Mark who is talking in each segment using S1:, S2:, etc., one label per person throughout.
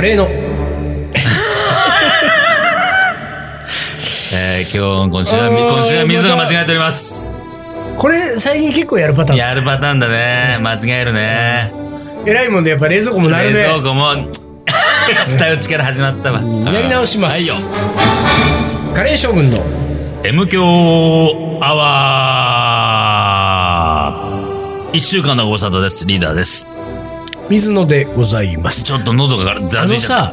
S1: レーの
S2: えー、今日、今週は、今週は水野が間違えております。
S1: これ最近結構やるパターン
S2: やるパターンだね。間違えるね。
S1: 偉いもんでやっぱ冷蔵庫もなるね
S2: 冷蔵庫も、 下打ちから始まったわ。
S1: やり直します
S2: はいよ。
S1: カレー将軍の
S2: M 強アワー一週間のご無沙汰です。リーダーです。
S1: 水野でございます
S2: ちょっと喉が
S1: あ
S2: ざ
S1: の
S2: ついちゃ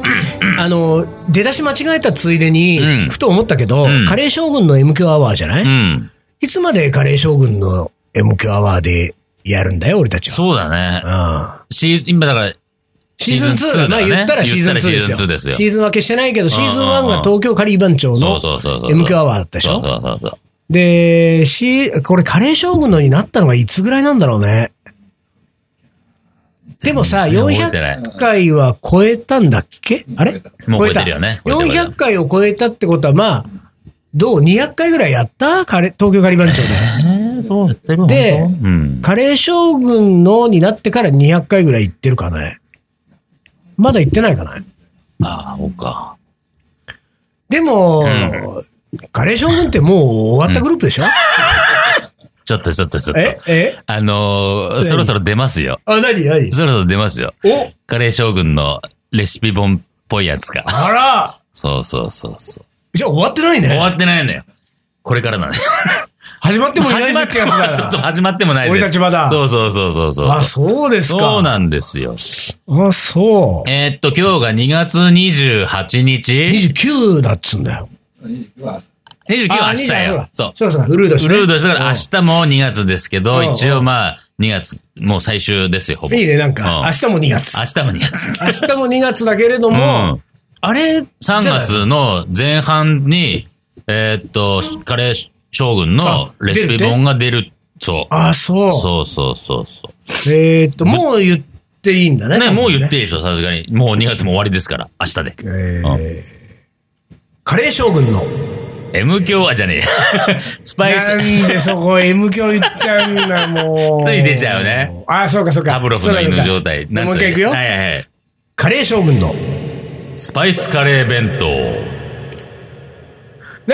S1: さ、
S2: っ
S1: あの、出だし間違えたついでに、
S2: うん
S1: ふと思ったけど、
S2: うん
S1: カレー将軍の M 響アワーじゃない、
S2: た。うん。
S1: いつまでカレー将軍の M 響アワーでやるんだよ、俺たちは。
S2: そうだね。
S1: うん
S2: シー今だから、
S1: シーズン2、
S2: シーズン
S1: ま
S2: 2
S1: あ
S2: だね
S1: 言ったらシーズン2ですよ。
S2: 言ったらシーズン2ですよ
S1: シーズン分けしてないけど、シーズン1が東京カリー番長
S2: そ
S1: の
S2: うそうそうそう。
S1: M 響アワーだったでし
S2: そう
S1: ょ
S2: そうそうそう。
S1: で、し、これカレー将軍のになったのがいつぐらいなんだろうね。でもさ、
S2: 全然覚えてない
S1: 400回は超えたんだっけあれ
S2: もう超えてるよね
S1: 超えた
S2: 超えてる
S1: 400回を超えたってことは、まあ、どう ?200 回ぐらいやったカレー東京カリバン町 で。
S2: えー、そうやってる
S1: で
S2: 本当うん。
S1: カレー将軍のになってから200回ぐらい行ってるかね。まだ行ってないかな。
S2: ああ、そうか。
S1: でも、カレー将軍ってもう終わったグループでしょ、
S2: ちょっとちょっとちょっ
S1: え
S2: と。
S1: え
S2: あのー、
S1: 何
S2: そろそろ出ますよ。
S1: あ、なになに
S2: そろそろ出ますよ。
S1: お
S2: カレー将軍のレシピ本っぽいやつが。
S1: あら
S2: そうそうそうそう。
S1: じゃあ終わってないね。
S2: 終わってないのよ。これからなのよ。
S1: 始まってもいないぜってやつ だ
S2: そうそう
S1: な。
S2: 始まってもないぜ
S1: 俺たちまだ
S2: そうそうそうそうそう。
S1: あ、そうですか。
S2: そうなんですよ。
S1: あ、そう。
S2: えーっと、今日が2月28日。
S1: 29だっつうんだよ。
S2: 29は明日よ
S1: あ。
S2: そう。
S1: そうそう、ウルードし
S2: ウ
S1: てね
S2: ルードしたから明日も2月ですけ
S1: う
S2: ど、
S1: ん
S2: 一応まあ、2月、もう最終ですよ、ほぼ。
S1: いいね、なん
S2: う
S1: か、
S2: ん
S1: 明日も2月。
S2: 明日も2月。
S1: 明日も2月だけれど
S2: う
S1: も
S2: ん、
S1: あれ、
S2: 3月の前半に、えーっと、カレー将軍の
S1: あ
S2: レシピ本が出る。そう。
S1: あ、そう。
S2: そうそうそうそう。
S1: えーっと、もう言っていいんだね。。
S2: ね、もう言ってていいでしょ、さすがに。もう2月も終わりですから、明日で。
S1: えーカレー将軍の。
S2: M 強はじゃねえ。 スパイ
S1: なん
S2: ス、
S1: でそこ M 教言っちゃうんだ、もう。
S2: つい出ちゃうね。
S1: あ、そうかそうか。
S2: タブロフの犬状態。
S1: そうだ
S2: なん
S1: もう一回
S2: つうの
S1: 行くよ。
S2: はいはいはい。
S1: カレー将軍の。
S2: スパイスカレー弁当。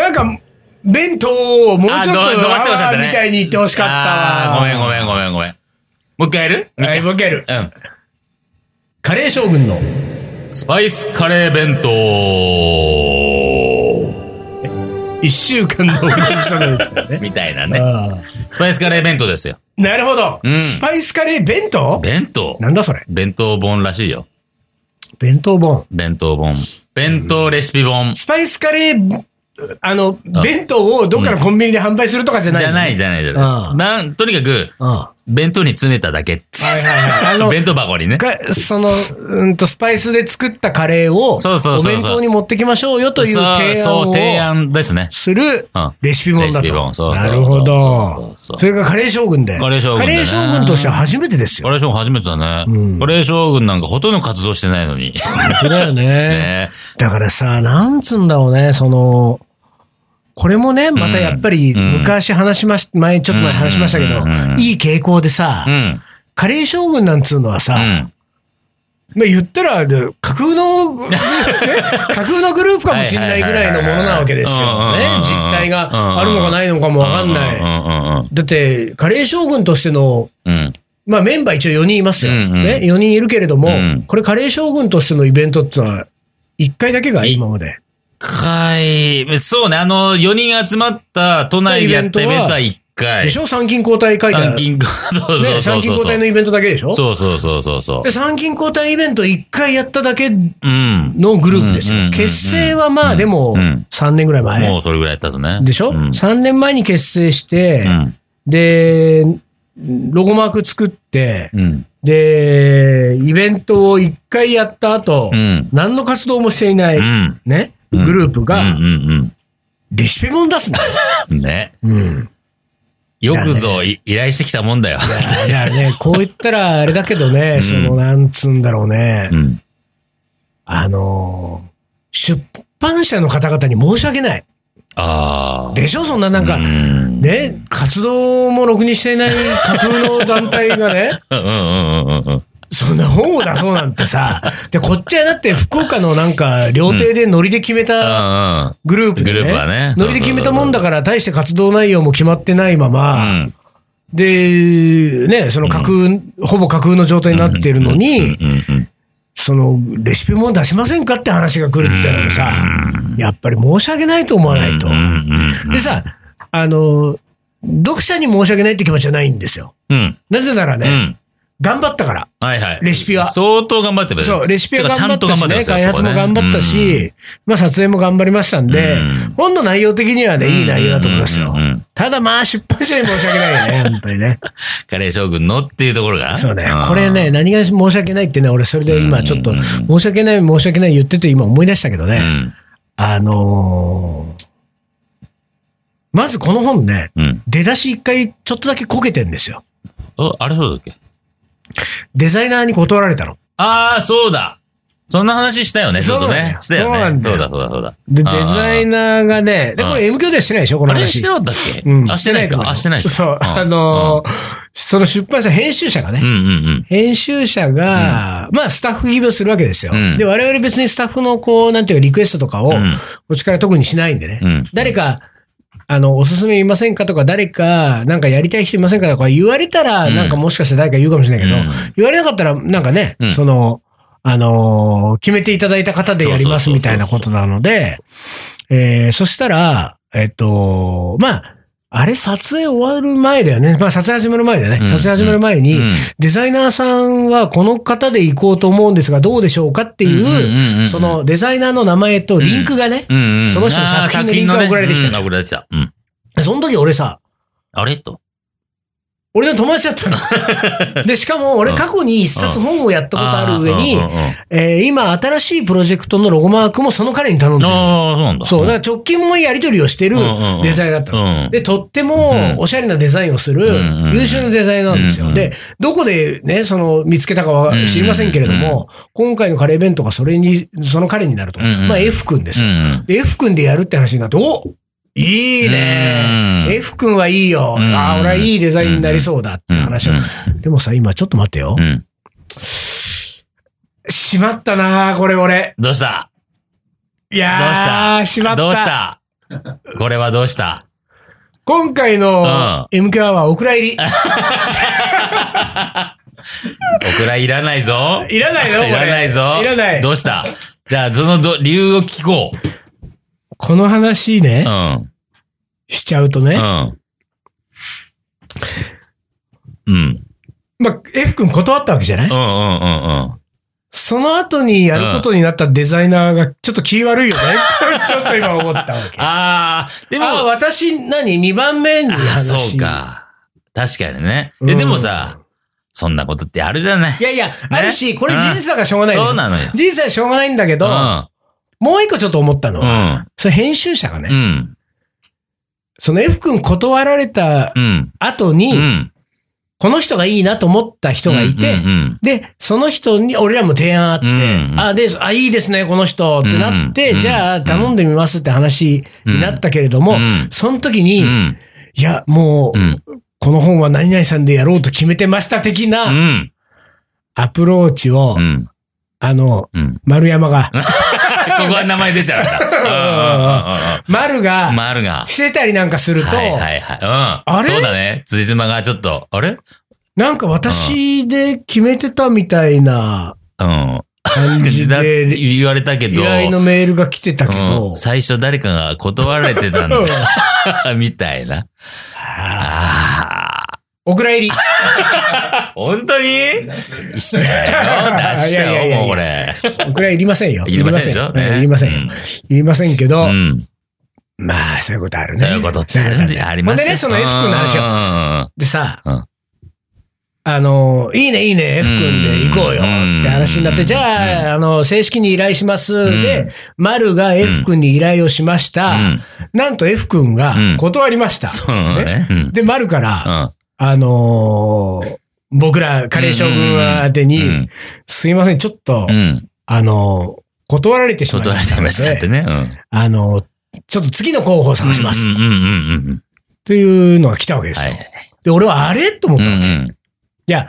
S1: なんか、弁当をもうちょっ
S2: あ
S1: と、
S2: ど伸ばしてほしか
S1: あ
S2: った
S1: ー
S2: ね
S1: みたいに言ってほしかった
S2: あ
S1: わ。
S2: ーごめんごめんごめんごめん。もう一回やる
S1: はい、ボケる。
S2: うん。
S1: カレー将軍の。
S2: スパイスカレー弁当。
S1: 一週間のおかげさまですよね。
S2: みたいなね。
S1: あ
S2: スパイスカレー弁当ですよ。
S1: ーなるほど、
S2: うん
S1: スパイスカレー弁当
S2: 弁当
S1: なんだそれ。
S2: 弁当本らしいよ。
S1: 弁当本。
S2: 弁当本。弁当レシピ本。
S1: スパイスカレー、あの、弁当をどっかのコンビニで販売するとかじゃない。
S2: じゃないじゃないじゃないですか
S1: うん
S2: なん。とにかく、
S1: うん。は
S2: 弁当に詰めただけ。
S1: いはい はい。あの、
S2: 弁当箱にね。
S1: がその、うんと、スパイスで作ったカレーを、
S2: そうそうそうそう
S1: お弁当に持ってきましょうよという提
S2: そ
S1: 案
S2: うそ
S1: を
S2: う、提案ですね。
S1: する
S2: うん
S1: レシピ本だ
S2: レシピ本
S1: と。
S2: そうそう
S1: なるほ
S2: そ
S1: ど
S2: うそうそ。う
S1: それがカレー将軍で。
S2: カレー将軍でね
S1: カレー将軍としては初めてです
S2: カ
S1: よ。
S2: レー将軍初めてだね。カレー将軍なんかほとんど活動してないのに。
S1: 本当だよね。
S2: ね
S1: だからさ、なんつうんだろうね、その、これもね、またやっぱり
S2: うん
S1: 昔話しまし、前ちょっと前話しましたけ
S2: うんうんう
S1: ど、
S2: ん
S1: いい傾向でさ
S2: う、ん。
S1: カレー将軍なんつうのは
S2: う
S1: さ、
S2: ん。
S1: まあ言ったら、で架空の、 ね架空のグループかもしれないぐらいのものなわけです
S2: はい
S1: よ。
S2: はいはいはい
S1: ね
S2: うんうんうんうん
S1: 実態があるのかないのかもわかんな
S2: う
S1: い。
S2: んうん
S1: だって、カレー将軍としての
S2: うん。うん。
S1: まあメンバー一応4人いますよ。
S2: うんうん
S1: ね、4人いるけれども、
S2: うん
S1: これカレー将軍としてのイベントってのは、1回だけが
S2: い
S1: 今まで。
S2: はい。そうね、あの、4人集まった都内でやったイベントは1回。
S1: でしょ参勤交代会
S2: 参
S1: 談。
S2: 勤交 そうそ
S1: ね、
S2: うそ
S1: 参勤
S2: うそう
S1: 交
S2: そ
S1: 代
S2: う。
S1: のイベントだけでしょ
S2: そうそうそうそうそう
S1: で、。参勤交代イベント1回やっただけの
S2: うん。
S1: グループですよ。
S2: うんうんうんうん
S1: 結成はまあでも
S2: うん
S1: 3年ぐらい前。
S2: もうそれぐらい経つね。
S1: でしょ、
S2: う
S1: ?3 年前に結成して、
S2: ん。
S1: で、ロゴマーク作って、
S2: うん。
S1: で、イベントを1回やった後、
S2: うん
S1: 何の活動もしていない、
S2: うん。
S1: ね、グループが、
S2: うんうん
S1: レシピ本出すんだよ。
S2: うん。ね。
S1: うん。
S2: よくぞい依頼してきたもんだよ。
S1: いやね、こう言ったらあれだけどね、その、なんつうんだろうね
S2: う。ん。
S1: あのー、出版社の方々に申し訳ない。
S2: ああ。
S1: でしょそんななんか、
S2: うん
S1: ね、活動もろくにしていない架空の団体がね、
S2: うんうんうんうんうん。
S1: そんな本を出そうなんてさ、で、こっちはだって福岡のなんか、料亭でノリで決めた
S2: うん
S1: グループで、ね
S2: グループはね
S1: ノリで決めたもんだから、大して活動内容も決まってないまま、
S2: うん。
S1: で、ね、その架空、ほぼ架空の状態になってるのに、
S2: うんうん。
S1: その、レシピも出しませんかって話が来るってのもさ、やっぱり申し訳ないと思わないと。
S2: うんうん
S1: でさ、あの、読者に申し訳ないって気持ちはないんですよ。
S2: うん。うん。
S1: なぜならね、
S2: うん。
S1: 頑張ってたから。
S2: はいはい。
S1: レシピは
S2: 相当頑張ってます
S1: そう、レシピは頑張ったしね、開発も頑張った。
S2: ちゃんとますよそこはね
S1: し、まあ撮影も頑張りましたんで
S2: うん、
S1: 本の内容的にはね、いい内容だと思いますよ
S2: うんうんうんうん。
S1: ただまあ失敗者に申し訳ないよね、本当にね。
S2: うんカレー将軍のっていうところが。
S1: そうね
S2: ん。
S1: これね、。何が申し訳ないってね、俺それで今ちょっと、申し訳ない、申し訳ない言ってて今思い出したけどね。あのーまずこの本ね、
S2: うん。うん。
S1: 出だし一回ちょっとだけこけてんですよ。
S2: あ、あれそうだっけ
S1: デザイナーに断られたの。
S2: ああ、そうだ。そんな話したよね、ちょっとね。し
S1: そう
S2: たよ
S1: な
S2: ね。
S1: んだ
S2: そ
S1: よ
S2: うだ、そうだ、そうだ。
S1: で、デザイ
S2: ン。
S1: ナーがね、で、これ M 教ではしてないでしょこの
S2: あれ
S1: 話
S2: して。なかったっけ
S1: うん
S2: あ、してない
S1: と思
S2: か。あ、してないか。
S1: そう、あのーその出版社、編集者が
S2: うん
S1: ね、
S2: うん
S1: 編集者が、まあ、スタッフ決めするわけですよ。
S2: うん
S1: で、我々別にスタッフの、こう、なんていうか、リクエストとかを
S2: うん。う、ん
S1: こっちから特にしないんでね。
S2: うん。
S1: 誰か、あの、おすすめいませんかとか、誰か、なんかやりたい人いませんかとか言われたら、
S2: うん
S1: なんかもしかして誰か言うかもしれないけど、
S2: うん
S1: 言われなかったら、なんかね、
S2: うん
S1: その、あのー決めていただいた方でやりますみたいなことなので、えー、そしたら、えっと、まあ、あれ撮影終わる前だよね。まあ撮影始める前だよね。
S2: うん
S1: 撮影始める前に、
S2: うん
S1: デザイナーさんはこの方で行こうと思うんですが、どうでしょうかっていう、
S2: うんうんうんうん
S1: そのデザイナーの名前とリンクがね、
S2: うんうん
S1: その人の
S2: あー
S1: 作品のリンクが送られてきた
S2: 作品のねうん送られてきた。うん。
S1: その時俺さ、
S2: あれと。
S1: 俺の友達だった の。で、しかも俺過去に一冊本をやったことある上に
S2: あー、うんうんうん
S1: えー今新しいプロジェクトのロゴマークもその彼に頼んでる。
S2: ああ、そうなんだ。
S1: そう、だから直近もやり取りをしてる
S2: うんうんうん
S1: デザインだったの。
S2: うん。
S1: で、とってもおしゃれなデザインをする
S2: うんうん
S1: 優秀なデザインなんです
S2: うんう
S1: よ。
S2: ん
S1: で、どこでね、その見つけたかは知りませんけれど
S2: うんうん
S1: も、今回のカレー弁当がそれに、その彼になると。
S2: うんうん
S1: まあ F 君ですよ。
S2: うん
S1: で F 君でやるって話になって、おいいね
S2: うん
S1: F 君はいいよ。
S2: うん
S1: ああ、俺はいいデザインになりそうだって
S2: うん。
S1: 話を。でもさ、今ちょっと待ってよ
S2: う。ん。
S1: しまったなーこれ俺。
S2: どうした
S1: い
S2: どうした
S1: やー、しまった。
S2: どうしたこれはどうした
S1: 今回の
S2: うん
S1: MQ アワーお蔵 入り。
S2: お蔵いらないぞ。
S1: いらないよこれ
S2: いらないぞ。
S1: いらない
S2: どうしたじゃあ、そのど理由を聞こう。
S1: この話ね
S2: う、ん。
S1: しちゃうとね。
S2: うん。うん。
S1: まあ、F 君断ったわけじゃない
S2: うんうんうんうん。
S1: その後にやることになったデザイナーがちょっと気悪いよ ね。ちょっと今思ったわけ。あ
S2: ああ、でも、
S1: あ、
S2: あ
S1: 私、何 ?2 番目に
S2: ー
S1: 話。
S2: そうか。確かにね。
S1: う
S2: で
S1: ん
S2: でもさ、そんなことってあるじゃない。
S1: いやいや、あるし、これ事実だからしょうがないよ。
S2: そうなのよ。
S1: 事実はしょうがないんだけ
S2: う
S1: ど、もう一個ちょっと思ったの
S2: ん。う
S1: は、
S2: ん。
S1: それ編集者がね、
S2: うん。
S1: その F 君断られた
S2: うん。
S1: 後に、
S2: うん。
S1: この人がいいなと思った人がいて、
S2: うんうん
S1: で、その人に俺らも提案あって、
S2: うん
S1: あ、で、あ、いいですね、この人ってなって、
S2: うん
S1: じゃあ頼んでみますって話になったけれども、
S2: うん
S1: その時に、
S2: うん。
S1: いや、もう、
S2: うん。
S1: この本は何々さんでやろうと決めてました的
S2: う。
S1: なんアプローチを、
S2: うん。
S1: あの、
S2: うん。
S1: 丸山が、
S2: ここは名前出ち ゃうんだ。
S1: 丸が
S2: うんうんうんうん。まああるが。
S1: してたりなんかすると、
S2: はいはいはい。うん。
S1: あれ
S2: そうだね。辻島がちょっと、あれ
S1: なんか私で決めてたみたいな
S2: うん。
S1: 感じ
S2: だって
S1: で、
S2: 言われたけ
S1: 依
S2: ど、
S1: 頼のメールが来てたけ
S2: う
S1: ど
S2: ん、最初誰かが断られてたん
S1: うん
S2: だ。 みたいな。あ
S1: お蔵入り。
S2: あ。本当に一緒だよ。出しち
S1: いや
S2: ゃ
S1: いやいやいや
S2: おう、もうこれ。
S1: お蔵入りませんよ。
S2: いりませんでし
S1: いりま
S2: ょ
S1: せん
S2: ね
S1: ええいりませんよ。いりませんけど
S2: う、ん。
S1: まあ、そういうことあるね。
S2: そういうことっ
S1: そ
S2: て
S1: ういうことあるね
S2: ありま
S1: ほん
S2: す
S1: でね、その F 君の話を。
S2: を。
S1: でさ
S2: うん、
S1: あの、いいね、いいね、F 君で行こうよって話になっ
S2: う
S1: て、
S2: ん
S1: じゃあ、あの、正式に依頼します。
S2: うん
S1: で、丸が F 君に依頼をしました。なんと F 君が
S2: うん
S1: 断りました。
S2: そうなのね。うん
S1: で、丸から、
S2: うん
S1: あのー僕ら、カレー将軍は宛てに、
S2: うん
S1: すいません、ちょっと、
S2: うん。
S1: あのー断られてしまい
S2: 断
S1: ま
S2: られ
S1: した
S2: て
S1: の
S2: ましたって
S1: で、
S2: ね。うん。
S1: あのーちょっと次の候補を探します。
S2: うんうんうんうん。
S1: というのが来たわけです
S2: は
S1: よ。
S2: い。
S1: で、俺はあれと思っ
S2: うん
S1: たの。い
S2: うん。
S1: や、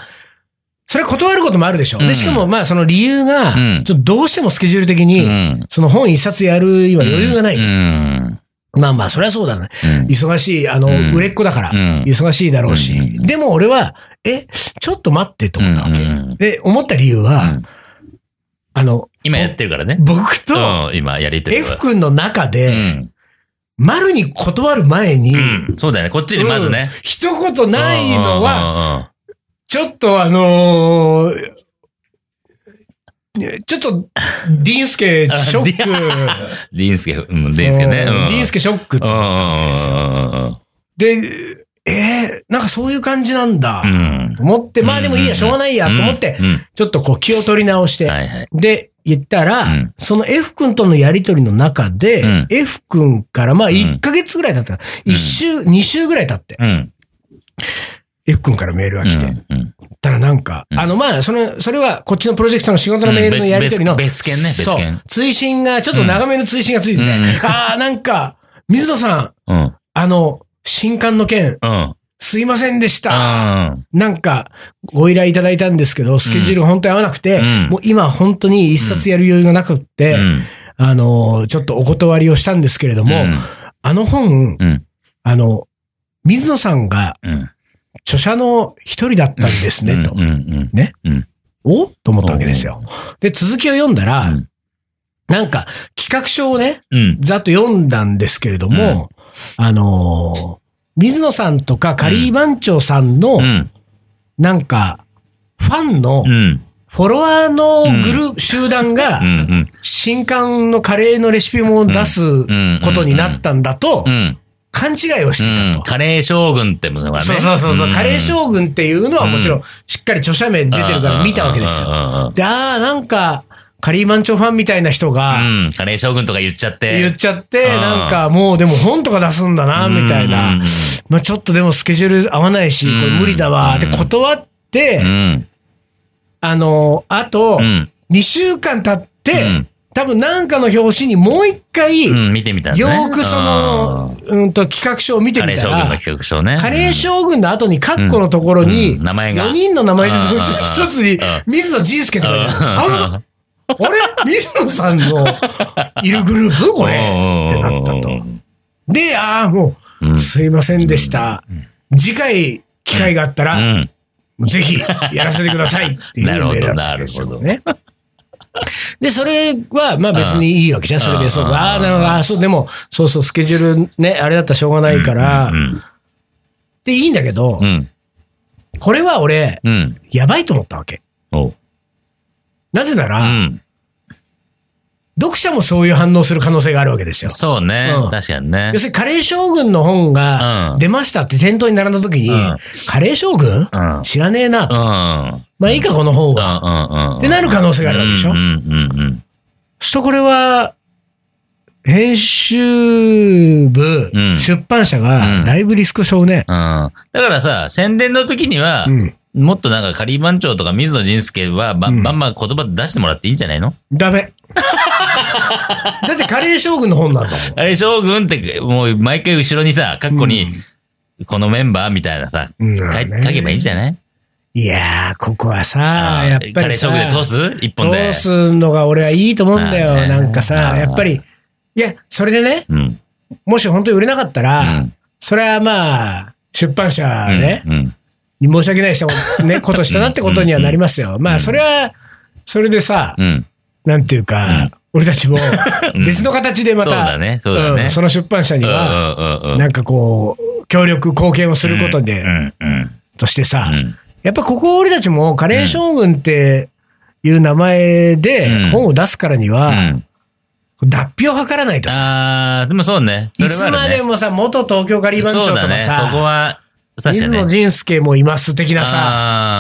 S1: それ断ることもあるでしょ。
S2: う
S1: で、
S2: ん
S1: しかもまあその理由が
S2: うん、
S1: ちょっとどうしてもスケジュール的
S2: う
S1: に、
S2: ん。
S1: その本一冊やる今余裕がないと。
S2: うん。
S1: まあまあ、そりゃそうだね。
S2: うん
S1: 忙しい、あの、
S2: うん
S1: 売れっ子だから、
S2: うん
S1: 忙しいだろうし。
S2: うん
S1: でも俺は、え、ちょっと待ってと思ったわけ。
S2: うん
S1: で、思った理由は、
S2: うん
S1: あの、
S2: 今やってるからね。
S1: 僕と
S2: うん、今やりとり
S1: F
S2: は。
S1: 君の中
S2: う
S1: で、
S2: ん。
S1: 丸に断る前に、
S2: うん。そうだよね。こっちにまずね。
S1: 一言ないのは、
S2: は、
S1: ちょっとあのーちょっと、ディーンス ケショック。
S2: ディーンスケ、うん、 ディーンスケね。
S1: うんディーンスケ
S2: ケ。
S1: ショック
S2: うん。う
S1: で、えー、なんかそういう感じなんだ。
S2: ん。うん
S1: と思って、まあでもいいや、しょうがないや、と思って、ちょっとこう気を取り直し
S2: うん。
S1: て。
S2: はいはい。
S1: で、言ったら、
S2: うん
S1: その F 君とのやりとりの中で、
S2: うん
S1: F 君から、まあ
S2: ん
S1: 1ヶ月ぐらい経ったら、1週、2週ぐらい経って、
S2: うん。
S1: F 君からメールが来て、
S2: うんうん
S1: たらなんか、
S2: うん
S1: あの、まあ、その、それは、こっちのプロジェクトの仕事のメールのやりとりの、
S2: うん別別件ね別
S1: そう
S2: 件
S1: 追伸が、ちょっと長めの追伸がついてて、
S2: うんうん
S1: ああ、なんか、水野さん、
S2: うん。うん。
S1: あの、新刊の件、
S2: うん。
S1: すいませんでした。
S2: あ
S1: なんか、ご依頼いただいたんですけど、スケジュール本当に合わなくて、
S2: うん
S1: もう今本当に一冊やる余裕がなくって、あの、ちょっとお断りをしたんですけれども、あの本、
S2: うん
S1: あの、水野さんが
S2: うん。うん。
S1: 著者の一人だったんですね、と
S2: う。ん。うん。
S1: おと思ったわけですよ。で、続きを読んだら、
S2: うん
S1: なんか、企画書をね、
S2: うん。
S1: ざっと読んだんですけれども、あのー水野さんとかカリー番長さんの、
S2: うん。
S1: なんか、ファンの
S2: う、ん。
S1: フォロワーのグループ、集団が
S2: う、ん。
S1: 新刊のカレーのレシピも出す
S2: ん
S1: ことになったんだと
S2: う、ん。
S1: 勘違いをしてた
S2: うん。
S1: と。
S2: カレー将軍ってものがね。
S1: そうそうそうそう、
S2: ん
S1: カレー将軍っていうのはもちろん、しっかり著者名に出てるから見たわけですよ。
S2: よ。
S1: で、ああ、なんか、カリーマンチョファンみたいな人が
S2: うん。カレー将軍とか言っちゃって。
S1: 言っちゃって、
S2: うん
S1: なんかもうでも本とか出すんだな、みたいな
S2: うん。
S1: まあちょっとでもスケジュール合わないし、これ無理だわ、って断って
S2: う、ん。
S1: あの、あと
S2: う、ん。
S1: 2週間経って、
S2: うん
S1: 多分なんかの表紙にもう一回、
S2: うん。見てみたんだね
S1: よーくその、、うんと企画書を見て
S2: カ
S1: み
S2: レー
S1: た
S2: 将軍の
S1: ら、
S2: 企画書ね。
S1: カレー将軍の後にカッコのところ
S2: う
S1: に、
S2: んうん名前が
S1: 4人の名前のところ
S2: うん
S1: に 一つに、水野仁介とかいてあ
S2: あ
S1: れあれ水野さんのいるグループこれってなったと。で、ああ、も
S2: う
S1: う、
S2: ん
S1: すいませんでした。次回、機会があったら、
S2: うん。
S1: ぜひ、やらせてくださいっていうメ
S2: なるほど
S1: ールだったんですよ
S2: なるほど
S1: ね。で、それは、まあ別にいいわけじゃん。それで、そう
S2: うん
S1: か。ああ、なるほど。ああ、そう、でも、そうそう、スケジュールね、あれだったらしょうがないから
S2: う、ん。
S1: で、いいんだけど
S2: う、ん。
S1: これは俺、
S2: うん。
S1: やばいと思ったわけ。
S2: おう。
S1: なぜな
S2: う
S1: ら、
S2: ん。
S1: 読者もそういう反応する可能性があるわけですよ。
S2: そうね
S1: うん。
S2: 確かにね
S1: 要。するに、カレー将軍の本が
S2: うん
S1: 出ましたって店頭に並んだ時に
S2: うん、
S1: カレー将軍
S2: うん。
S1: 知らねえな
S2: う
S1: と。
S2: ん。
S1: まあいいか、この本は。
S2: うん。
S1: ってなる可能性があるわけでしょ
S2: うん。うん。うん。
S1: そしてこれは、編集部、
S2: うん
S1: 出版社
S2: う
S1: が、
S2: ん
S1: だいぶリスクしょうね。
S2: だからさ、宣伝の時には
S1: う、ん。
S2: もっとなんか、カリー番長とか水野仁介は、ば、
S1: うん
S2: ばんばん言葉出してもらっていいんじゃないの
S1: ダメ。 だってカレー将軍の本なんだもん。
S2: あれ、将軍って、もう毎回後ろにさ、カッコに
S1: うん、
S2: このメンバーみたいなさ、
S1: うん
S2: か書けばいいんじゃない
S1: いやー、ここはさ、
S2: あ
S1: やっ
S2: ー
S1: ぱ
S2: カレ
S1: り
S2: ー
S1: さ
S2: 将、軍で通す一本で。
S1: 通すのが俺はいいと思うんだよ。
S2: まあね
S1: なんかさ、
S2: まあ
S1: やっぱり、いや、それでね、
S2: うん。
S1: もし本当に売れなかったら、
S2: うん
S1: それはまあ、出版社ね、
S2: うん。
S1: 申し訳ないしたこと、 ね、ことしたなってことにはなりますよ。まあ、それは、それでさ、
S2: うん。
S1: なんていうか、
S2: うん
S1: 俺たちも
S2: ん
S1: 別の形でまた、
S2: そうだねそうだね
S1: んその出版社に
S2: うん。う
S1: は、
S2: ん。うん。
S1: なんかこう、協力、貢献をすることで、
S2: うん。うん。
S1: としてさ、
S2: うん
S1: やっぱここ俺たちもカレー将軍っていう名前
S2: う
S1: で
S2: ん
S1: 本を出すからには、
S2: うん
S1: 脱皮を図らないとさ、
S2: あー、でもそうね。そ
S1: い
S2: れは
S1: つ
S2: ある
S1: まで
S2: ね
S1: もさ、元東京カリー番長
S2: そう
S1: とか
S2: だね。そこ
S1: さ、
S2: は、確か
S1: 水
S2: にね。
S1: 野仁介もいます的なさ、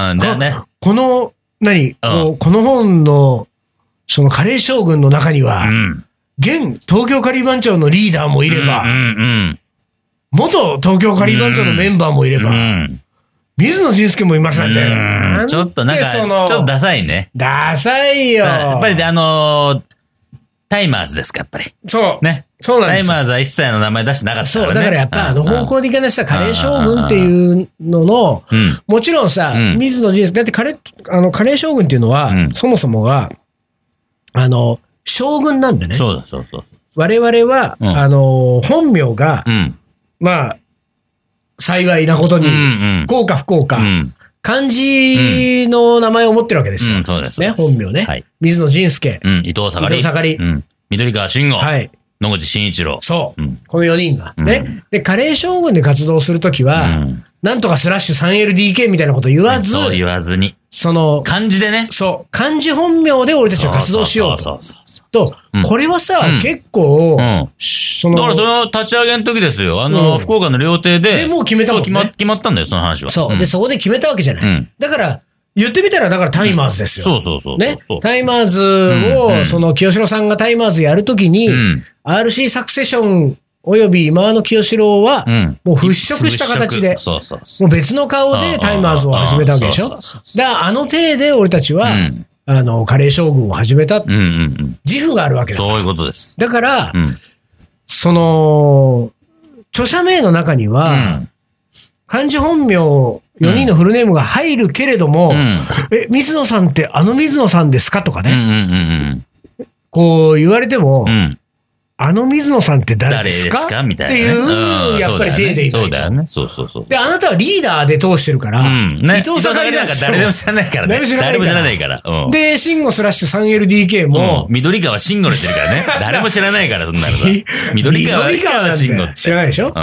S2: あー、だね。
S1: この、何、こうこの本の、そのカレー将軍の中には、
S2: うん。
S1: 現東京カリー番長のリーダーもいれば、
S2: うん。うん。
S1: 元東京カリー番長のメンバーもいれ
S2: う
S1: ば、
S2: ん。
S1: 水野仁介もいますなんて。
S2: うんちょっとなんか、
S1: で
S2: ち
S1: そ
S2: ょ
S1: の
S2: っとダサいね。
S1: ダサいよ。
S2: やっぱりねあのータイマーズですか、やっぱり。
S1: そう。
S2: ね。
S1: そうなん
S2: タ
S1: で
S2: イ
S1: すよ
S2: マーズは一切の名前出してなかったか
S1: そ
S2: らね。
S1: う、だからやっぱあの方
S2: 向。
S1: 向に行かない人はカレー将軍っていうのの、
S2: うん。
S1: もちろんさ、
S2: うん
S1: 水野仁介、だってカレー、あの、カレー将軍っていうのは、
S2: うん
S1: そもそもが、あの、将軍なんでね。
S2: そうだ、そうそう。
S1: 我々は、
S2: うん
S1: あの、本名が、
S2: うん。
S1: まあ、幸いなこと
S2: うん
S1: に、
S2: うん。
S1: こうか不幸か、
S2: うん。
S1: 漢字の名前を持ってるわけですよ。
S2: うん、そうです。
S1: ね、
S2: そう
S1: 本
S2: です
S1: 名ね。
S2: はい。
S1: 水野仁介。
S2: うん、伊藤盛り。
S1: 伊藤盛り
S2: うん。緑川慎吾。
S1: はい。
S2: 野口慎一郎。
S1: そう。
S2: うん
S1: この4人が。
S2: うん
S1: ね。で、カレー将軍で活動するときは、
S2: うん
S1: なんとかスラッシュ 3LDK みたいなこと言わず、
S2: そう言わずに。
S1: その、
S2: 漢字でね。
S1: そう、漢字本名で俺たちは活動しよう
S2: そ
S1: と。
S2: うそうそうそう
S1: と
S2: うん、
S1: これはさ、
S2: うん
S1: 結構、
S2: うん
S1: そ
S2: だからそ
S1: の、
S2: の立ち上げの時ですよ。あの、
S1: うん
S2: 福岡の料亭で。
S1: でもう決めたもんね
S2: そう決ま決まったんだよ、その話は。
S1: そう、
S2: ん
S1: で、そこで決めたわけじゃない。
S2: うん
S1: だから、言ってみたら、だからタイマーズですよ。
S2: そうそうそう。
S1: ね
S2: そう。
S1: タイマーズ
S2: うんう
S1: を、
S2: ん
S1: その、清志郎さんがタイマーズやるときに、
S2: うん
S1: RC サクセションおよび今の清志郎は、
S2: うん。
S1: もう払拭した形で
S2: 払拭そうそうそう。
S1: もう別の顔でタイマーズを始めたわけでしょ
S2: うん
S1: だ
S2: うんうんそうそうそ
S1: か
S2: う
S1: らあの体で俺たちは、
S2: うん
S1: あの、カレー将軍を始めた
S2: うんうんうん。
S1: 自負があるわけだ。
S2: そういうことです。
S1: だから、
S2: うん。
S1: その、著者名の中には、
S2: うん
S1: 漢字本名4人のフルネームが入るけれども、
S2: うん
S1: え、水野さんってあの水野さんですかとか
S2: うんう
S1: ね、
S2: んうん
S1: こう言われても、
S2: うん。うん。
S1: あの水野さんって誰
S2: 誰
S1: で
S2: ですす
S1: か
S2: かみたいなね。
S1: っていう、
S2: ん
S1: やっぱり手でい
S2: そ
S1: な
S2: う
S1: いと
S2: だよね。そうそうそう。
S1: で、あなたはリーダーで通してるから、
S2: うん。ね
S1: 伊藤盛り
S2: なん
S1: で
S2: か
S1: すよ
S2: 誰でも知らないからね。
S1: 誰も知らないから
S2: 誰も知らないから。うん。
S1: で、慎吾スラッシュ 3LDK も、
S2: うん、緑川慎吾のしてる からね。誰も知らないから、そんなのさ。緑川
S1: 緑川なんて
S2: 慎吾って。
S1: 知らないでしょ
S2: うん。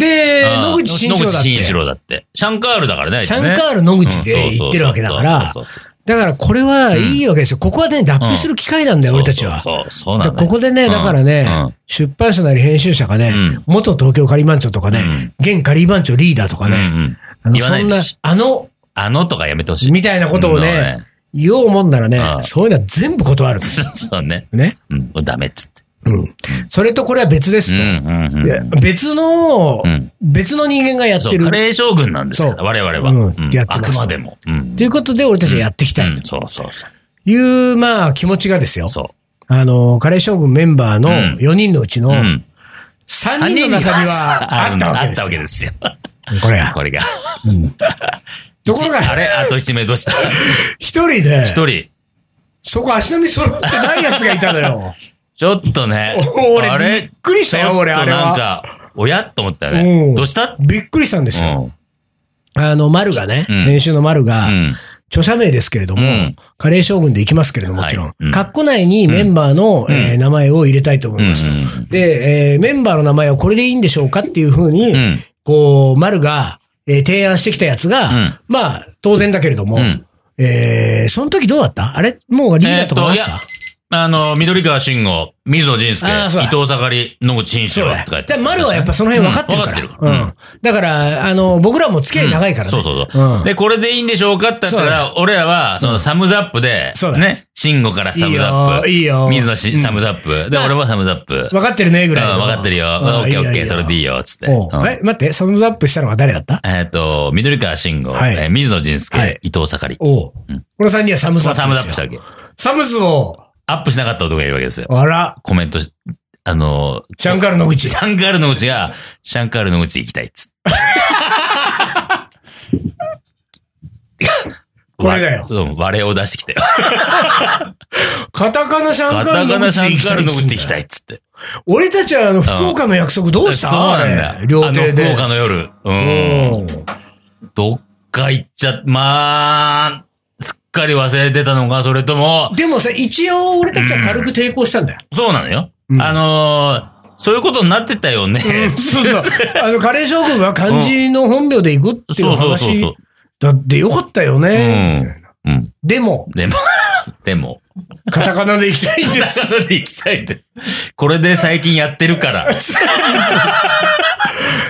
S1: で、
S2: ああ
S1: 野口慎一郎だっ
S2: 野口慎一
S1: て。
S2: 郎だって。シャンカールだからね。あいつね
S1: シャンカール野口で言ってるわけだから
S2: うんそうそうそうそう
S1: だからこれはいいわけですよ。ここはね、脱皮する機会なんだよ、俺たちは。
S2: そうそうそうそうな
S1: だ
S2: ん
S1: か
S2: だ
S1: ら
S2: よ
S1: ここでね、だからね、
S2: うん
S1: 出版社なり編集者がね、
S2: うん
S1: 元東京カリバン長とかね、現カリバン長リーダーとか
S2: うんう
S1: ね、
S2: ん。
S1: あの
S2: 言わ
S1: そ
S2: ない
S1: ん
S2: で
S1: な
S2: ほしい、
S1: あの、
S2: あのとかやめてほしい。
S1: みたいなことを
S2: うん
S1: ね、言おうもんならね、
S2: うん
S1: そういうのは全部断るんです
S2: そうそうね。
S1: ね。
S2: うん。ダメっつって。
S1: うん。それとこれは別です
S2: うん
S1: と。
S2: うん
S1: いうや
S2: ん。
S1: 別の、
S2: うん
S1: 別の人間がやっ
S2: そ
S1: て
S2: う、
S1: る。
S2: カ
S1: っ
S2: レー将軍なんですから、
S1: そう
S2: 我々は。
S1: う
S2: うんん
S1: やって
S2: あ
S1: ます
S2: くまでも。うん
S1: ていうことで俺たちはやっていきた
S2: う
S1: い
S2: んそうそうそ
S1: という、まあ気持ちがですよ
S2: う。。そ
S1: あの、カレー将軍メンバーの
S2: うん
S1: 4人のうちの
S2: う。うん。
S1: 3人の中にはあったわけ
S2: あ
S1: で
S2: ったわ
S1: す
S2: け
S1: よ。
S2: ですよ。
S1: これが
S2: これが。
S1: ところが、
S2: あれあと一名どうした
S1: 一人で、
S2: 一人。
S1: そこ足並み揃ってない奴がいたのよ。
S2: ちょっとね。
S1: お俺
S2: あれ
S1: びっくりしたよ
S2: ちょっと
S1: 俺あれは
S2: なんか、おやと思った
S1: うん
S2: ね。どうしたって
S1: びっくりしたんですよ。あの、丸がね、
S2: うん
S1: 編集の丸
S2: う
S1: が、
S2: ん。
S1: 著者名ですけれども、
S2: うん
S1: カレー将軍でいきますけれども、もちろん
S2: は。いうん
S1: 括弧内にメンバーの、えー名前を入れたいと思いますと。
S2: う
S1: で、えーメンバーの名前はこれでいいんでしょうかっていうふうに、
S2: うん
S1: こう、丸が、えー提案してきたやつが、
S2: ん
S1: まあ、当然だけれども、
S2: うん
S1: えーその時どうだったあれもうリーダーとか
S2: えーっ
S1: 話
S2: と
S1: した、
S2: いやあの、緑川慎吾、水野仁介、
S1: あーそう
S2: 伊
S1: だ
S2: 藤盛り、野口慎一
S1: そう
S2: 郎
S1: だ
S2: っ
S1: よ。
S2: て書い
S1: だ
S2: て
S1: か
S2: あ
S1: ら
S2: る
S1: 丸はやっぱその辺分かってるから。
S2: うん分かってる
S1: うんだから、あの、僕らも付き合い長いからね。
S2: そうそう
S1: うん
S2: そう。で、これでいいんでしょうかって言った
S1: そうだ
S2: ら、俺らは、そのサムズアップで
S1: そう、だ
S2: ね、慎吾からサムズアップ。
S1: いいよいいよ
S2: 水野しサムズアップ。で、
S1: まあ
S2: 俺もサムズアップ。
S1: 分かってるね、ぐらい
S2: うん
S1: の。
S2: わかってるよ。
S1: う
S2: オ
S1: ん
S2: ッケーオッ
S1: いいよ
S2: ケー、
S1: いいよ
S2: それでいいよ、つって。
S1: おう
S2: うん
S1: え、待って、サムズアップしたのは誰だった
S2: えっと、緑川慎吾、
S1: はい
S2: えー水野仁介、
S1: はい
S2: 伊藤盛り。こ
S1: おうこの3人はサムズア
S2: の
S1: ップで
S2: サムズアッ
S1: す
S2: プ
S1: よ。
S2: したわけ。
S1: サムズを、
S2: アップしなかった男がいるわけですよ。
S1: あら、
S2: コメントし、あのー、
S1: シャンカル野口
S2: シ。ャンカールのうちが、シャンカールのうち行きたいっつって。
S1: これだよ
S2: わ。うん割れを出してきたよ。
S1: カタカナシャンカ
S2: カタ
S1: ル
S2: カ
S1: 野
S2: ナシ
S1: 口
S2: ャ
S1: で行きたい
S2: ンカー
S1: っ
S2: ルの
S1: つうん
S2: う
S1: だ
S2: ち行き
S1: よ
S2: たいっつって。
S1: 俺たちはあの、福岡の約束どうした
S2: そうなんだ
S1: あ
S2: よ。
S1: れ料亭で。
S2: あの福岡の夜。うん。どっか行っちゃっ、まあ、すっかり忘れてたのか、それとも
S1: うん、でもさ、一応俺たちは軽く抵抗したんだよ。
S2: そうなのよ。
S1: うん
S2: あのーそういうことになってたよね。
S1: そう そう。あの、カレー将軍は漢字の本名で行くっていう
S2: そうそうそうそう
S1: 話。だってよかったよね。
S2: うん。うん。
S1: でも、
S2: でも、 でも、
S1: カタカナで行きたいん です。
S2: なので行きたいです。 これで最近やってる から。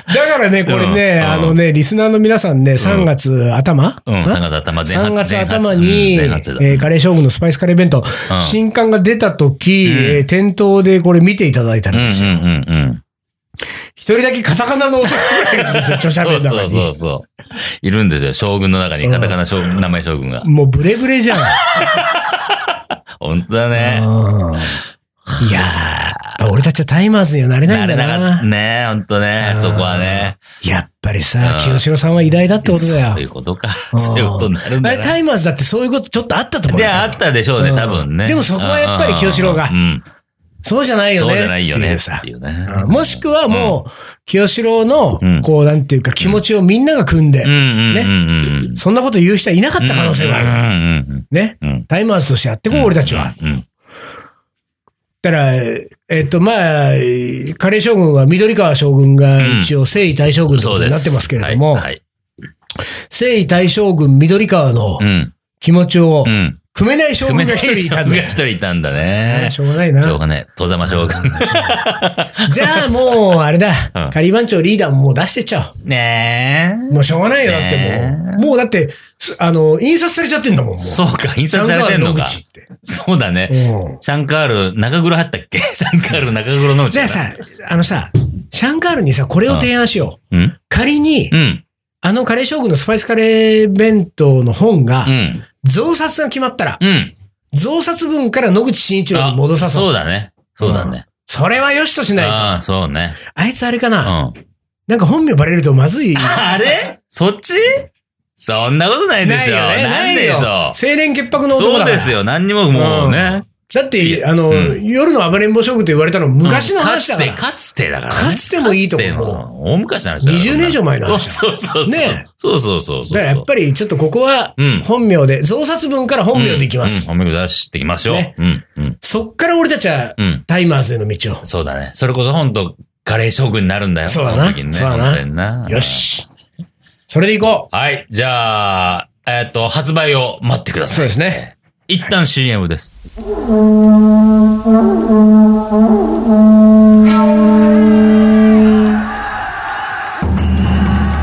S1: だからね、これね、
S2: うん
S1: あのね、リスナーの皆さんね、3月頭
S2: うん、3月頭、前半
S1: 3月頭に、
S2: 前
S1: え
S2: 発だ。
S1: ーカレー将軍のスパイスカレー弁当、新刊が出た時、
S2: うん
S1: えー店頭でこれ見ていただいたん
S2: うん
S1: ですよ。
S2: うんうんうん。
S1: 一人だけカタカナの男がいるんですよ、著者名の中
S2: そうそう
S1: に。
S2: そうそう。いるんですよ、将軍の中に、カタカナ将軍、名前将軍が。
S1: もうブレブレ じゃん。
S2: 本当だね。
S1: うんいや俺たちはタイマーズにはなれないんだな。
S2: なれなかった。ねえ、ほんとね
S1: う。ん
S2: そこはね。
S1: やっぱり
S2: う
S1: さ
S2: ん、
S1: 清志郎さんは偉大だってことだ
S2: そうい
S1: よ。
S2: うことか。
S1: うん
S2: そういうことになるん
S1: あ
S2: だ
S1: れ、
S2: な。
S1: タイマーズだってそういうことちょっとあったと思う
S2: で、
S1: よ。
S2: あったでしょうね、
S1: うん
S2: 多分ね。
S1: でもそこはやっぱり清志郎が
S2: うん。
S1: そうじゃないよ
S2: そう
S1: ね。
S2: じゃないよ
S1: って
S2: ね。
S1: う
S2: っ
S1: さ
S2: ていうね。
S1: うんもしくはもう、清志郎の
S2: うん、
S1: こう、なんていうか気持ちをみんなが組んで
S2: うん、うんうんうんうん。
S1: そんなこと言う人はいなかった可能性がある。
S2: うんうん
S1: ね。
S2: うんうん。
S1: タイマーズとしてやってこう、俺たちは。
S2: うん。
S1: だから、えっと、まあ、カレー将軍は、緑川将軍が一応、征夷大将軍という
S2: そ
S1: こ
S2: う
S1: と
S2: で
S1: に
S2: す。
S1: なってますけれども
S2: は、い。
S1: 征夷大将軍緑川の
S2: はいうん。
S1: 気持ちを
S2: うん。
S1: 組めない将軍が一人いたんだ
S2: 組めない将軍が一人いたんだ
S1: ね
S2: ね。
S1: しょうがないな
S2: し。ょうがない。戸ざま将軍。
S1: じゃあもう、あれだ
S2: うん。
S1: 仮番長リーダーももう出してっちゃ
S2: ね
S1: う。もうしょうがないよ。だっ
S2: ね
S1: てもう。もうだって、すあの、印刷されちゃってんだもん。もう
S2: え。そうか、印刷されてんのか。
S1: シャンカール野
S2: そうだね。
S1: 口って。うん
S2: シャンカール、中黒はったっけ シャンカール、中黒のう ち。
S1: じゃあさ、あのさ、シャンカールにさ、これを提案しよう。
S2: うん。うん。
S1: 仮に
S2: う、ん。
S1: あのカレー将軍のスパイスカレー弁当の本が
S2: う、ん。
S1: 増刷が決まったら、
S2: うん。
S1: 増刷分から野口真一郎
S2: あ
S1: に戻さそう。
S2: そうだね。そうだね。
S1: それはよしとしないと。
S2: ああ、そうね。
S1: あいつあれか
S2: う
S1: な、
S2: ん。
S1: なんか本名バレるとまずい。
S2: あれそっちそんなことないでしょ。
S1: ないよね
S2: なんで
S1: な
S2: し
S1: い
S2: ょ
S1: よ。青年潔白の男
S2: そ
S1: だ
S2: う
S1: から。
S2: ですよ。何にももうね。
S1: だって、あの、
S2: うん
S1: 夜の暴れん坊将軍と言われたの昔の話だから。
S2: うんかつて、かつてだからね。
S1: かつてもいいと思う
S2: かつての大昔の話だから
S1: 20年以上前の話
S2: そうそうそう。
S1: ねえ
S2: そうそうそうそ
S1: だ
S2: う。
S1: からやっぱりちょっとここは
S2: うん
S1: 本名で、増刷分から本名でいきます。
S2: うんうん本名出していきましょう。
S1: ね
S2: うん。うん。
S1: そっから俺たちは
S2: うん。
S1: タイマーズへの道を。
S2: そうだね。それこそ本当カレー将軍になるんだよ。
S1: そうだな
S2: の時にね。
S1: そうだな
S2: 本当にな
S1: よ。し。それでいこ
S2: はい。じゃあ、えっと、発売を待ってくだ
S1: う。
S2: さ
S1: そう
S2: い。
S1: ですね。
S2: 一旦 CM です。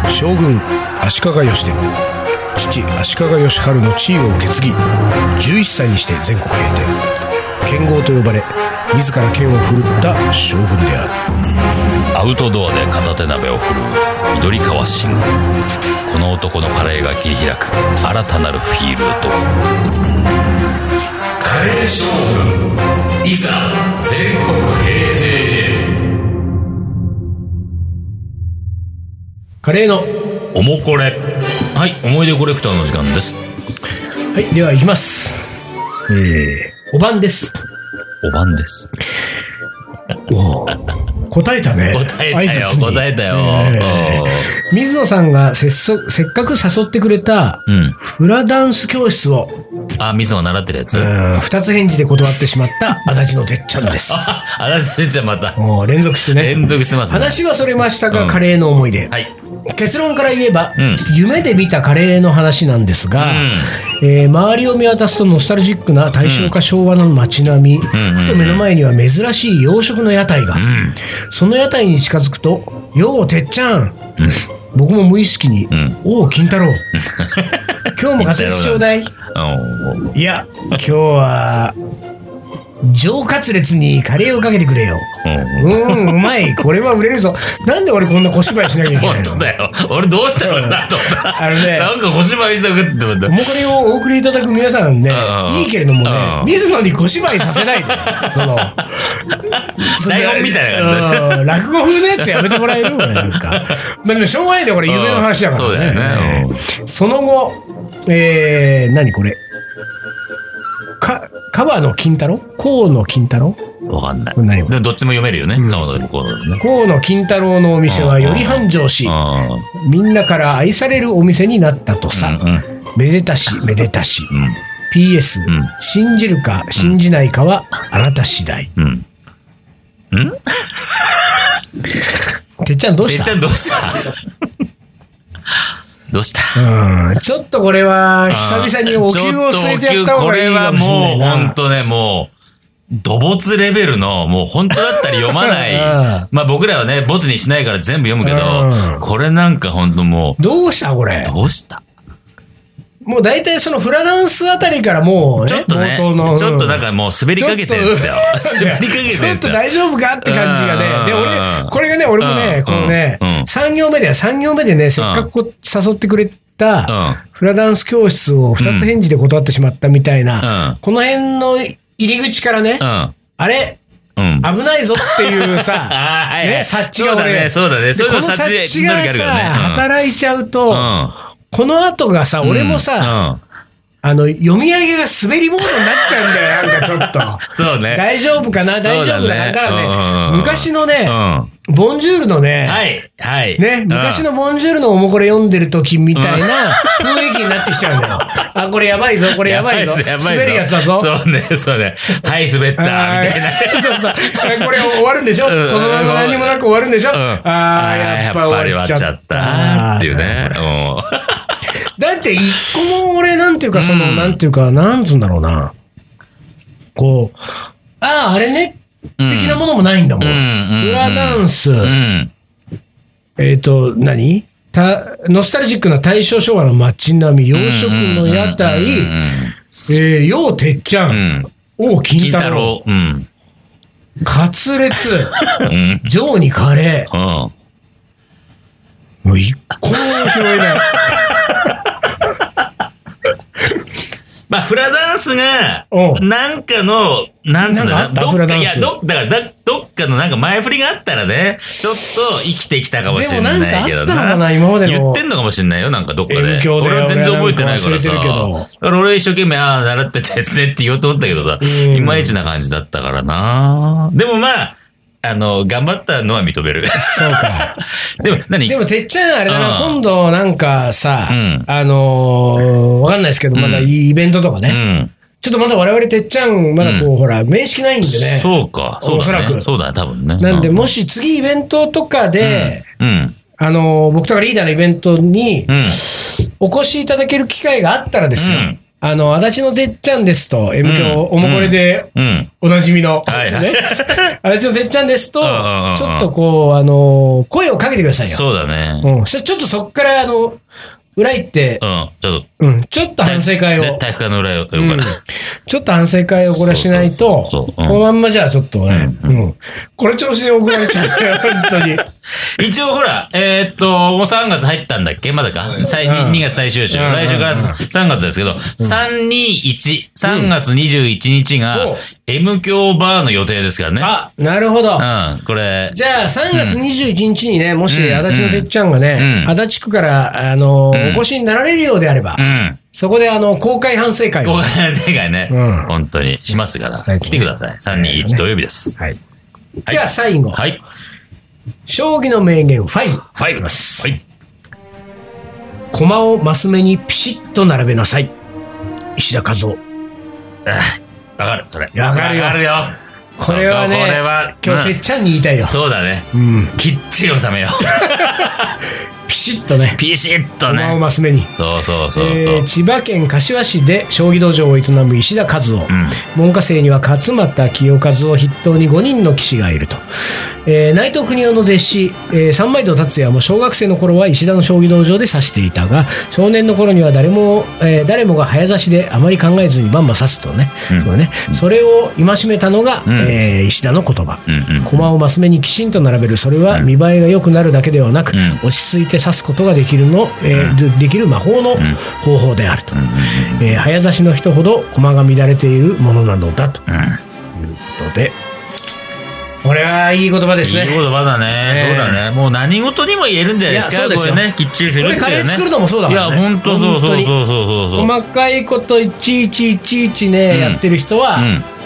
S1: 将軍足利義で父足利義晴の地位を受け継ぎ11歳にして全国平定剣豪と呼ばれ自ら剣を振るった将軍である
S2: アウトドアで片手鍋を振るう緑川信吾この男のカレーが切り開く新たなるフィールド
S1: カレー将軍いざ全国平定カレーのは
S2: おもこれはい思い出コレクターの時間です
S1: いではいきますえー、おばんです
S2: おばんです
S1: 答えたね
S2: 答えたよ
S1: 挨拶に
S2: 答えたよ、
S1: えー水野さんがせっそせっかく誘ってくれた
S2: うん
S1: フラダンス教室を、
S2: あミスを習ってるやつ、あ
S1: 二つ返事で断ってしまった足立のてっちゃんです。
S2: あら先生また
S1: もう連続してね。
S2: 連続してますね
S1: 話はそれましたが、
S2: うん
S1: カレーの思い出。
S2: はい
S1: 結論から言えば、
S2: うん
S1: 夢で見たカレーの話なんですが、えー周りを見渡すとノスタルジックな大正か昭和の街並み、
S2: ん
S1: ふと目の前には珍しい洋食の屋台が、その屋台に近づくと「ようてっちゃん」僕も無意識に「
S2: ん
S1: おう金 太郎」今日もカツレツちょうだい」
S2: うんうん
S1: いや今日は上カツレツにカレーをかけてくれようーんうまいこれは売れるぞなんで俺こんな小芝居しなきゃいけないの
S2: 本当だよ俺どうしたのかなと思った
S1: あのね
S2: なんか小芝居したくって思った
S1: おもこれをお送りいただく皆さんね
S2: うんうんうん
S1: いいけれども
S2: うん
S1: ね
S2: うん
S1: 水野に小芝居させない でそのそんな
S2: ライオンみたいな感じ
S1: うん落語風のやつやめてもらえる俺なんかまあでもしょうがないでこれ夢の話だから
S2: うんそうだよね
S1: その後えー、何これか川野金太郎河野金太郎
S2: わかんない
S1: こ。れ何
S2: でもどっちも読めるよね。
S1: ん
S2: 川野でも河野でもね。
S1: 河野金太郎のお店はより繁盛し
S2: あ
S1: みんなから愛されるお店になったと
S2: あ
S1: さ、
S2: うんうん
S1: めでたしめでたし
S2: うん
S1: PS、
S2: ん
S1: 信じるか信じないかはあなた次第。
S2: うん。
S1: てっちゃんどう
S2: え
S1: した
S2: ちゃんどうした どうした
S1: うん、ちょっとこれは久々にお灸を据えてやった方がいいかもしれない
S2: ちょっとお灸これはもう本
S1: な。
S2: 当ね、もう、土没レベルの、もう本当だったら読まない。
S1: うん
S2: まあ僕らはね、没にしないから全部読むけ
S1: う
S2: ど、
S1: ん
S2: これなんか本当も
S1: どうしたこれ
S2: う、。どうした
S1: もう大体そのフラダンスあたりからもうね、
S2: ちょっとね、ち
S1: 冒頭の。
S2: ょっとなん
S1: か
S2: かもう滑りかけてるんですよ。 滑りかけて
S1: ち
S2: る
S1: ょ
S2: んで
S1: っ
S2: す
S1: と
S2: よ。
S1: 大丈夫かって感じが
S2: うん
S1: ね。で、俺、これがね、俺も
S2: う
S1: ね
S2: ん、
S1: このね
S2: うん、
S1: 3行目だよ。3行目でね、せっかくこう誘ってくれた
S2: う
S1: フラダンス教室を2つ返事で断ってしまったみたいな、
S2: うん
S1: この辺の入り口からね、
S2: うん。
S1: あれ
S2: うん。
S1: 危ないぞっていうさ、
S2: あ ーはいはい
S1: ね察知が
S2: そうだ
S1: 俺
S2: ね、そうだね。
S1: で
S2: そう
S1: こ
S2: いう
S1: の
S2: 察
S1: 察知が
S2: 能力
S1: さ、
S2: あるからね
S1: 働いちゃうと、
S2: うん
S1: この後がさ、
S2: うん
S1: 俺もさ、、あの、読み上げが滑りモードになっちゃうんだよ、なんかちょっと。
S2: うんそうね。
S1: 大丈夫かな
S2: そ
S1: 大
S2: う
S1: 丈
S2: だね
S1: 夫だなだから
S2: うん
S1: ね、昔の
S2: うん。
S1: ね、
S2: は
S1: ボンジュールのね、
S2: い、はい。
S1: ね、
S2: うん
S1: 昔のボンジュールのおもこれ読んでる時みたいな雰囲気になってきちゃうんだ よ。あ、これやばいぞ、これやばいぞ。
S2: やばいぞ
S1: 滑るやつだぞ。
S2: そうね、そうね。はい、滑った、み
S1: あ
S2: たいな。
S1: ーそうそう。これ終わるんでしょ
S2: う
S1: こ
S2: ん
S1: のまま何もなく終わるんでしょ
S2: うん
S1: ああ、やっぱ終わっちゃった。
S2: やっぱり終わっちゃったっていうね。
S1: だって一個も俺、なんていうか、その、
S2: うん
S1: なんていうか、なんつうんだろうな。こう、ああ、あれね、
S2: うん
S1: 的なものもないんだもん。
S2: うんうん
S1: フラダンス、
S2: うん。
S1: えっ、と、何たノスタルジックな大正昭和の街並み、洋食の屋台、えー、ようてっちゃ、
S2: うんん。
S1: 王金
S2: 金
S1: 太
S2: 太
S1: 郎、
S2: 郎。うん。
S1: カツレツ、
S2: うん。
S1: ジョーにカレ
S2: うん。
S1: ー、もう一個も拾え ない。
S2: まあ、フラダンスが、
S1: うん
S2: なんかの、なんつうの
S1: なんかあった
S2: ど
S1: フ
S2: っ
S1: ラ
S2: か、
S1: ダン
S2: い
S1: ス
S2: や、どっか、だどっかのなんか前振りがあったらね、ちょっと生きてきたかもしれないけど
S1: でもなんかあったのかな今までの
S2: 言ってんのかもしれないよ、なんかどっかで。
S1: M 教で
S2: 俺は全然覚えてないからさ。
S1: 俺はなんか忘れてる
S2: だから俺一生懸命、ああ、習ってたやつねって言おうと思ったけどさ、
S1: うん
S2: いまいちな感じだったからな。でもまあ、あの、頑張ったのは認 める。
S1: そうか。
S2: でも、何
S1: でも、てっちゃん、あれだな、
S2: うん
S1: 今度なんかさ、
S2: うん
S1: あのーわかんないですけど、まだ
S2: うん
S1: イベントとかね、
S2: うん。
S1: ちょっとまだ我々てっちゃん、まだこう、ほら、面識ないんでね。
S2: そうか。そうだね。
S1: おそらく
S2: そうだね、多分ね。
S1: なんで、もし次イベントとかで、
S2: うん、うん。
S1: あのー僕とかリーダーのイベントに
S2: うん。
S1: お越しいただける機会があったらですよ、
S2: うん
S1: あの、足立のてっちゃんですと、M 響、
S2: う
S1: お
S2: ん
S1: もこれで
S2: うん。
S1: おなじみの、
S2: はいはい
S1: ね、足立のてっちゃんですと、
S2: うんうんうん
S1: ちょっとこう、あのー声をかけてくださいよ。
S2: そうだね。
S1: うん、そしたらちょっとそっから、あの、裏行って、
S2: うん、ちょっと。
S1: うん、ちょっと反省会を
S2: ね、体育館の裏を、よく
S1: うんちょっと反省会をこれしないと、
S2: そうそう
S1: こ
S2: そううん
S1: のまんまじゃあちょっとね、うんこれ調子で送られちゃうよ、本当に。
S2: 一応ほら、えーっと、もう3月入ったんだっけまだか最
S1: うん
S2: 2, 月最終週。
S1: うん
S2: 来週から3月ですけど、321、3月21日
S1: お
S2: が M 強バーの予定ですからね。
S1: あ、なるほど。
S2: うん、これ。
S1: じゃあ、3月21日にね、もし、
S2: うん
S1: 足立のてっちゃんがね、
S2: うん
S1: 足立区から、あの、お
S2: ん
S1: 越しになられるようであれば
S2: う、ん。
S1: そこで、あの、公開反省会を
S2: 公。開正解ね、
S1: うん
S2: 本当に。しますから。
S1: 最高
S2: 来てください。321土曜日です。
S1: はい。では、最後、
S2: はい。
S1: 将棋の名言5。
S2: ファイブです。はい。
S1: 駒をマス目にピシッと並べなさい。石田和夫。
S2: わかる、それ。
S1: わかるよ
S2: わかるよ。
S1: これはね
S2: そうこれは、
S1: 今日、
S2: うん
S1: てっちゃんに言いたいよ。
S2: そうだね。
S1: うん。
S2: きっちり収めよう。
S1: ピシッとね、
S2: ピシッと
S1: 駒を
S2: ね。
S1: マス目に。
S2: そうそうそうそう。
S1: えー千葉県柏市で将棋道場を営む石田和夫、門下生には勝俣清和を筆頭に5人の棋士がいると、えー内藤邦夫の弟子、えー三枚堂達也も小学生の頃は石田の将棋道場で指していたが少年の頃には誰も、えー誰もが早指しであまり考えずにバンバン指すとね,、
S2: うん
S1: そうねそれを戒めたのが、
S2: うん
S1: えー石田の言葉。
S2: うんうん。
S1: 駒をマス目にきちんと並べるそれは見栄えが良くなるだけではなく、
S2: うん
S1: 落ち着いて指すことができるの、えーでできる魔法の方法であると、えー早指しの人ほど駒が乱れているものなのだということでこれはいい言葉で
S2: いい
S1: すね
S2: 言葉だね。
S1: え
S2: そ
S1: え
S2: うだね。もう何事にも言えるんじゃないです
S1: いやそ
S2: か。
S1: うです
S2: こ
S1: よ
S2: れね、きっちり振るっていうね。
S1: これカレー作るのもそうだからね
S2: いや、本当そうそうそうそうそう。
S1: 細かいこといちいちいちいちね、
S2: うん
S1: やってる人は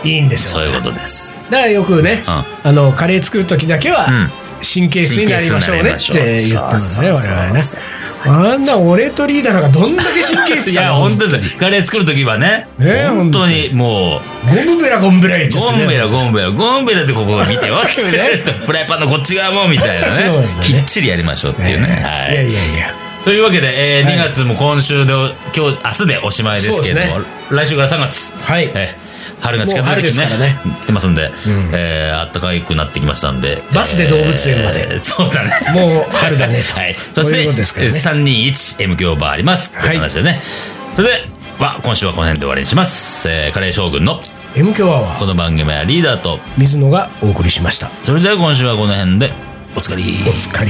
S2: うん
S1: いいんですよ、
S2: そういうことです。
S1: だからよくね、
S2: うん
S1: あのカレー作る時だけは、
S2: うん。
S1: 神経質になりましょうねって言ってますね、
S2: 神経
S1: 我
S2: 質になり
S1: 々
S2: ま
S1: ね
S2: しょ。
S1: あんな俺とリーダーなんかどんだけ神経質
S2: い
S1: か
S2: や、
S1: な
S2: 本当ですよ。カレー作るときはね。
S1: ねえ
S2: 本当に、もう、
S1: ゴムベラゴムベラ言っちゃ
S2: ゴ
S1: って
S2: ンベ
S1: ね。
S2: ラ、ゴンベラ、ゴンベラでここを見 てよ。フライパンのこっち側も、みたいなね。
S1: そうだ
S2: き
S1: ね
S2: っちりやりましょうって
S1: ね
S2: いうね。
S1: い
S2: は
S1: や
S2: い。
S1: いやいや。
S2: というわけで、えー
S1: はい
S2: 2月も今週で、今日、明日でおしまいですけれど
S1: そう
S2: も、来週から3月。
S1: はい。
S2: えー春が近づいてきて
S1: もう春で
S2: ね
S1: す
S2: 来てますんで、
S1: ん
S2: えーあったかくなってきましたんで
S1: バスで動物園まで
S2: えー そうだね
S1: もう春だねと。
S2: はいそし
S1: こういう
S2: て
S1: ことですからね
S2: 321M 強バーありますという話でね、それでは今週はこの辺で終わりにします、えーカレー将軍の
S1: M 強アワ
S2: こ
S1: ー、
S2: の番組はリーダーと
S1: 水野がお送りしました。
S2: それじゃあ今週はこの辺でおつかり
S1: お疲れ。